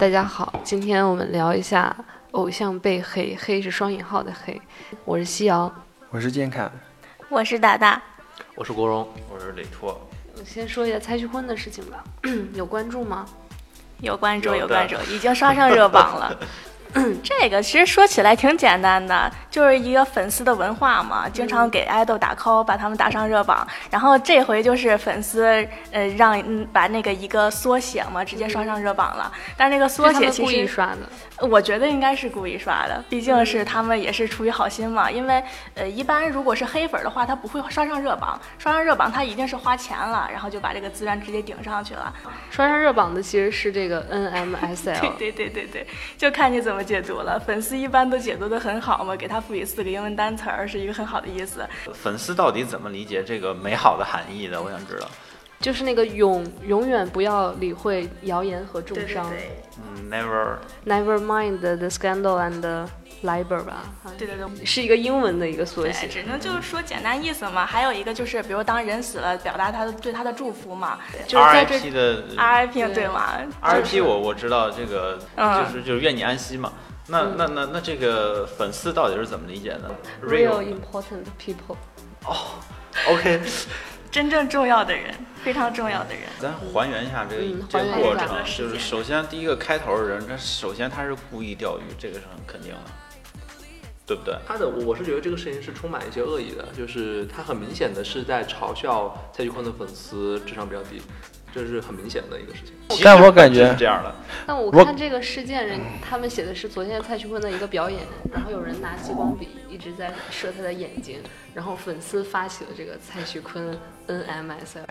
大家好，今天我们聊一下偶像被黑，黑是双引号的黑。我是夕瑶，我是健凯，我是达达，我是国荣，我是磊拓。我先说一下蔡徐坤的事情 吧，有关注吗？有关注，有有的关注，已经刷上热 榜了。这个其实说起来挺简单的，就是一个粉丝的文化嘛，经常嗯给爱豆打 call，把他们打上热榜。然后这回就是粉丝呃让嗯把那个一个缩写嘛，直接刷上热榜了。但那个缩是他写们其故意实刷嗯的，我觉得应该是故意刷的，毕竟是他们也是出于好心嘛。因为呃，一般如果是黑粉的话，他不会刷上热榜，刷上热榜他一定是花钱了，然后就把这个资源直接顶上去了。刷上热榜的其实是这个 NMSL， 对对对对对，就看你怎么解读了。粉丝一般都解读的很好嘛，给他赋予四个英文单词儿是一个很好的意思。粉丝到底怎么理解这个美好的含义的？我想知道。就是那个永永远不要理会谣言和重伤嗯，never ，Never mind the scandal and the libel 吧，啊对对对。是一个英文的一个缩对，写。只能就是说简单意思嘛。还有一个就是，比如当人死了，表达他的对他的祝福嘛。就是在这 RIP 的 RIP 对吗？ RIP，我我知道这个，嗯就是就是愿你安息嘛。那嗯那那那这个粉丝到底是怎么理解的 real important people。 OK，真正重要的人，非常重要的人。咱还原一下这个嗯这个还原一过下程啊这个，事就是件首先第一个开头的人，他首先他是故意钓鱼，这个是很肯定的，对不对？他的我我是觉得这个事情是充满一些恶意的，就是他很明显的是在嘲笑蔡徐坤的粉丝智商比较低，这是很明显的一个事情。但我感觉其实是这样的，但我我看这个事件人，他们写的是昨天蔡徐坤的一个表演，然后有人拿激光笔一直在射他的眼睛，然后粉丝发起了这个蔡徐坤 NMSL，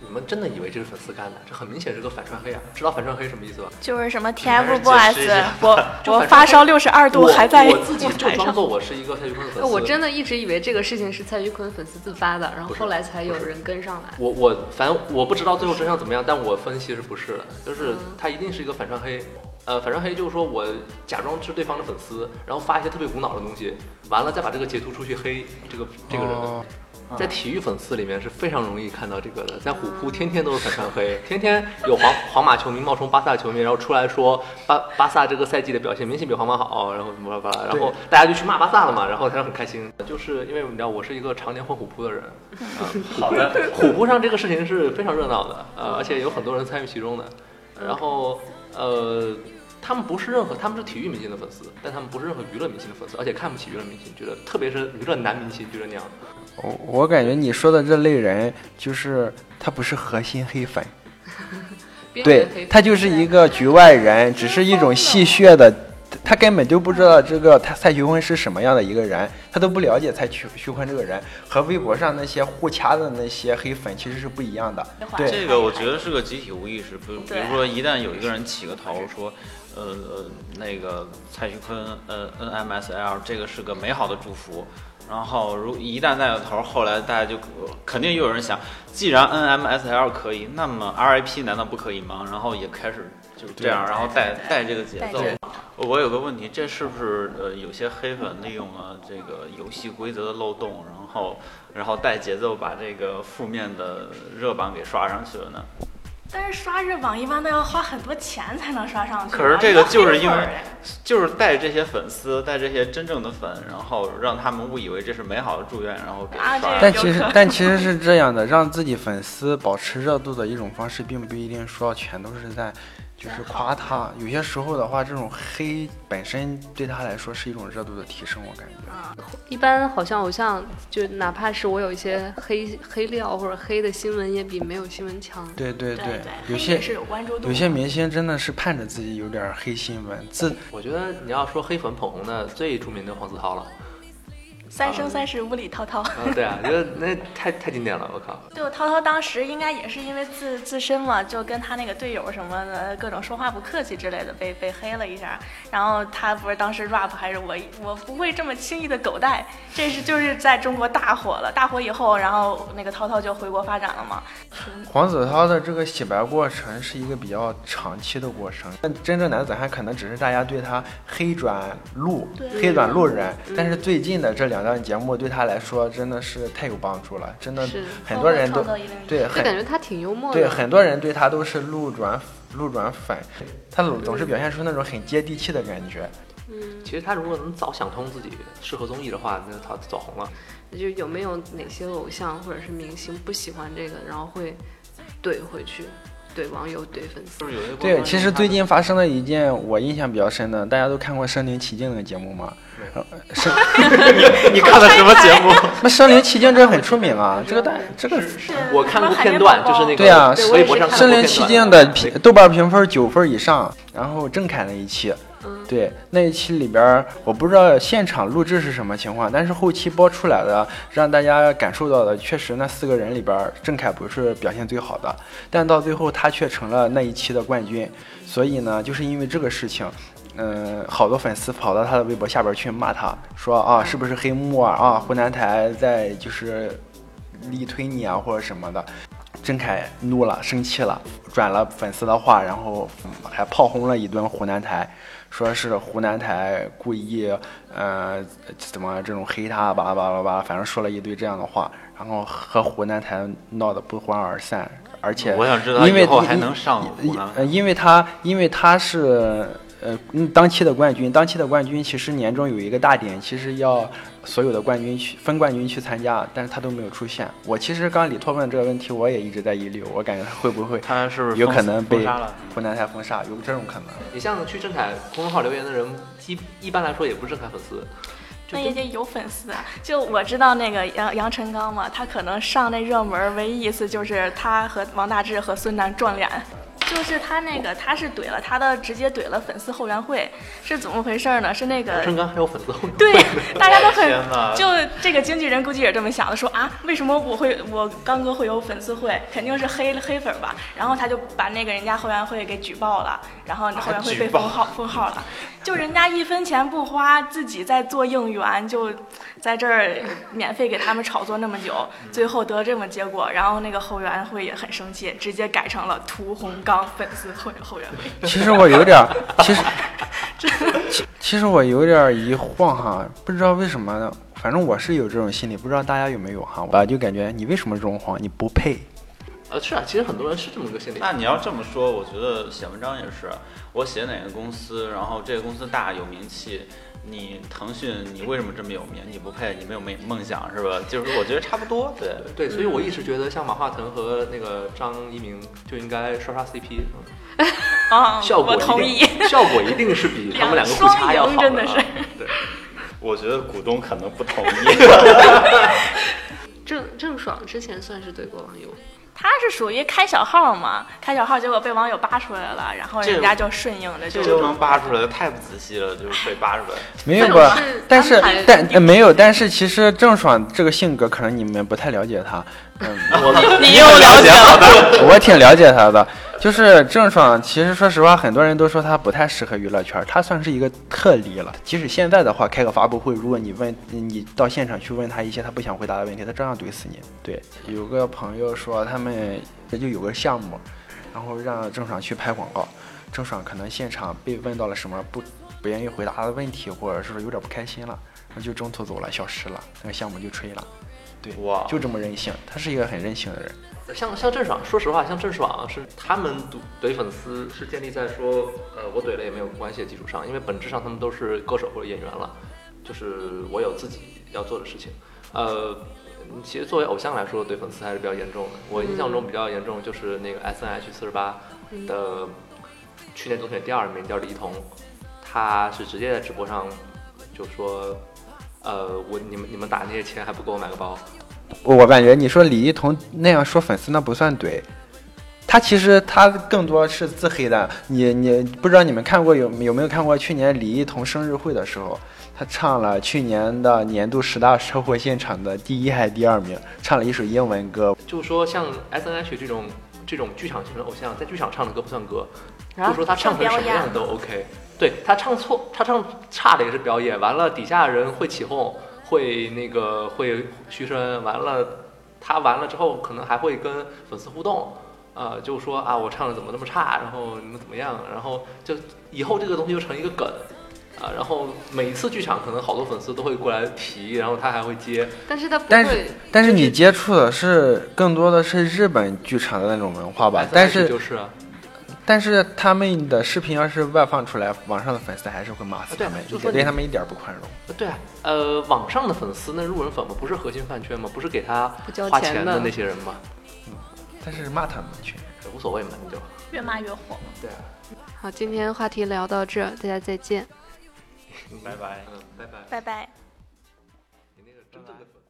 你们真的以为这是粉丝干的？这很明显是个反串黑啊！知道反串黑什么意思吧？就是什么还是解释一 TFBOYS，下 我就我反正发烧六十二度我还在我自己舞就台当上。做我是一个蔡徐坤的粉丝。我真的一直以为这个事情是蔡徐坤粉丝自发的，然后不是后来才有不是人跟上来。我我反正我不知道最后真相怎么样，但我分析是不是的，就是他一定是一个反串黑。呃，反串黑就是说我假装是对方的粉丝，然后发一些特别无脑的东西，完了再把这个截图出去黑这个这个人。哦在体育粉丝里面是非常容易看到这个的，在虎扑天天都是反串黑，天天有皇皇马球迷冒充巴萨球迷，然后出来说巴巴萨这个赛季的表现明显比皇马好，然后怎么巴拉，然后大家就去骂巴萨了嘛，然后他就很开心，就是因为你知道我是一个常年混虎扑的人，啊好的。虎扑上这个事情是非常热闹的，呃，而且有很多人参与其中的。然后，呃，他们不是任何，他们是体育明星的粉丝，但他们不是任何娱乐明星的粉丝，而且看不起娱乐明星，觉得特别是娱乐男明星，觉得那样。我我感觉你说的这类人，就是他不是核心黑粉，边缘黑对粉他就是一个局外人，只是一种戏谑的，他根本就不知道这个他蔡徐坤是什么样的一个人，他都不了解蔡徐徐坤这个人，和微博上那些互掐的那些黑粉其实是不一样的。对这个我觉得是个集体无意识，比如比对如说一旦有一个人起个头说，呃呃那个蔡徐坤呃 NMSL 这个是个美好的祝福，然后如一旦带个头，后来大家就呃肯定又有人想，既然 NMSL 可以，那么 RIP 难道不可以吗？然后也开始就是这样，然后带带这个节奏带节。我有个问题，这是不是呃有些黑粉利用了呃这个游戏规则的漏洞，然后然后带节奏把这个负面的热榜给刷上去了呢？但是刷热榜一般都要花很多钱才能刷上去吧。可是这个就是要黑因为粉儿哎就是带这些粉丝，带这些真正的粉，然后让他们误以为这是美好的祝愿，然后给啊刷这个上但其实，但其实是这样的，让自己粉丝保持热度的一种方式，并不一定说全都是在，就是夸他。嗯有些时候的话，这种黑本身对他来说是一种热度的提升，我感觉。一般好像偶像就哪怕是我有一些黑黑料或者黑的新闻，也比没有新闻强。对对对有黑也些是有关注度的，有些明星真的是盼着自己有点黑新闻，自我觉得你要说黑粉捧红的最著名的黄子韬了，三生三世五里滔 滔。嗯，对啊，觉得那太太经典了，我靠，就涛涛当时应该也是因为自自身嘛，就跟他那个队友什么的各种说话不客气之类的，被被黑了一下。然后他不是当时 rap 还是我我不会这么轻易的狗带，这是就是在中国大火了。大火以后，然后那个涛涛就回国发展了嘛。黄子韬的这个洗白过程是一个比较长期的过程，但真正男子汉可能只是大家对他黑转路、黑转路人，嗯但是最近的这两档节目对他来说真的是太有帮助了，真的是很多人创都造一个人对就感很觉他挺幽默的。对很多人对他都是路转路转反，他总总是表现出那种很接地气的感觉。嗯，其实他如果能早想通自己适合综艺的话，那他早红了。那就有没有哪些偶像或者是明星不喜欢这个，然后会怼回去，怼网友、怼粉丝就？是有一波对，观其众实他最的近发生了一件我印象比较深的，大家都看过《身临其境》那个节目吗？呃你看的什么节 目？那《身临其境》这很出名啊，这个大这个是是我看过片段，就是那个对啊微博上看过身临其境的评豆瓣评分九分以上，然后郑恺那一期，嗯对那一期里边儿，我不知道现场录制是什么情况，但是后期播出来的，让大家感受到的，确实那四个人里边儿，郑恺不是表现最好的，但到最后他却成了那一期的冠军，所以呢，就是因为这个事情。嗯，好多粉丝跑到他的微博下边儿去骂他，说啊，是不是黑幕啊？啊，湖南台在就是力推你啊，或者什么的。郑恺怒了，生气了，转了粉丝的话，然后嗯还炮轰了一顿湖南台，说是湖南台故意呃怎么这种黑他，巴拉巴拉巴拉，反正说了一堆这样的话，然后和湖南台闹得不欢而散，而且我想知道他因为以后因还能上因啊湖南呃因为他因为他是。呃，嗯当期的冠军，当期的冠军其实年终有一个大典，其实要所有的冠军去分冠军去参加，但是他都没有出现。我其实刚李拓问这个问题，我也一直在疑虑，我感觉他会不会他是不是有封可能封被杀了？湖南台封杀，有这种可能。 你像去郑恺公众号留言的人，一一般来说也不是郑恺粉丝，就那跟也得有粉丝啊！就我知道那个杨杨臣刚嘛，他可能上那热门儿唯一一次就是他和王大治和孙楠撞脸，就是他那个他是怼了他的，直接怼了粉丝后援会，是怎么回事儿呢？是那个郑刚还有粉丝后对， 大家都很天哪就这个经纪人估计也这么想的，说啊，为什么我会我刚哥会有粉丝会，肯定是黑黑粉儿吧？然后他就把那个人家后援会给举报了，然后后援会被举报封号封号了，就人家一分钱不花，自己在做应援，就在这儿免费给他们炒作那么久，最后得这么结果，然后那个后援会也很生气，直接改成了屠洪刚粉丝会后援会。其实我有点儿，其 实其其实我有点儿疑惑哈，不知道为什么呢？反正我是有这种心理，不知道大家有没有哈？我就感觉你为什么这种黄，你不配。呃，是啊，其实很多人是这么个心理。那你要这么说，我觉得写文章也是，我写哪个公司，然后这个公司大有名气，你腾讯你为什么这么有名？你不配，你没有梦梦想是吧？就是我觉得差不多，对。对，所以我一直觉得像马化腾和那个张一鸣就应该刷刷 CP，、嗯、啊，效果我一定同意。效果一定是比他们两个互掐 要好双啊赢真的是对， 我觉得股东可能不同意。郑郑爽之前算是怼过网友，他是属于开小号嘛，开小号结果被网友扒出来了，然后这人家就顺应的就这 就能扒出来，太不仔细了，就是被扒出来。没有这吧种是？但是安排但、呃没有，但是其实郑爽这个性格，可能你们不太了解她。我你又了解了， 我挺了解她的，就是郑爽，其实说实话，很多人都说她不太适合娱乐圈，她算是一个特例了。即使现在的话，开个发布会，如果你问你到现场去问她一些她不想回答的问题，她照样怼死你。对，有个朋友说他们这就有个项目，然后让郑爽去拍广告，郑爽可能现场被问到了什么不不愿意回答的问题，或者是说有点不开心了，然后就中途走了，消失了，那个项目就吹了。对，哇就这么任性，他是一个很任性的人。像像郑爽，说实话，像郑爽是他们怼怼粉丝是建立在说，呃，我怼了也没有关系的基础上，因为本质上他们都是歌手或者演员了，就是我有自己要做的事情。呃，其实作为偶像来说，怼粉丝还是比较严重的。我印象中比较严重就是那个 S N H 四十八的去年总选第二名叫李一桐，他是直接在直播上就说，呃，我你们你们打那些钱还不给我买个包。我我感觉你说李一桐那样说粉丝，那不算怼。他其实他更多是自黑的，你你不知道你们看过有有没有看过去年李一桐生日会的时候，他唱了去年的年度十大车祸现场的第一还是第二名，唱了一首英文歌，就说像 S N H 这种这种剧场型的偶像，在剧场唱的歌不算歌，啊就说他唱成什么样都 OK。对他唱错，他唱差了也是表演，完了底下人会起哄，会那个会嘘声，完了他完了之后可能还会跟粉丝互动，呃，就说啊我唱的怎么那么差，然后你们怎么样，然后就以后这个东西就成一个梗。啊，然后每一次剧场可能好多粉丝都会过来提，然后他还会接，但是他不但是会，但是你接触的是更多的是日本剧场的那种文化吧？但哎是是就是啊但是他们的视频要是外放出来，网上的粉丝还是会骂死啊对他们，就一说点你对他们一点不宽容。对啊，呃，网上的粉丝那路人粉吗？不是核心饭圈吗？不是给他不交花钱钱的那些人吗？但是骂他们一群人。无所谓嘛，你就越骂越火。对啊，好，今天话题聊到这儿，大家再见。拜拜。嗯，拜拜。拜拜。你那个真的拜拜粉。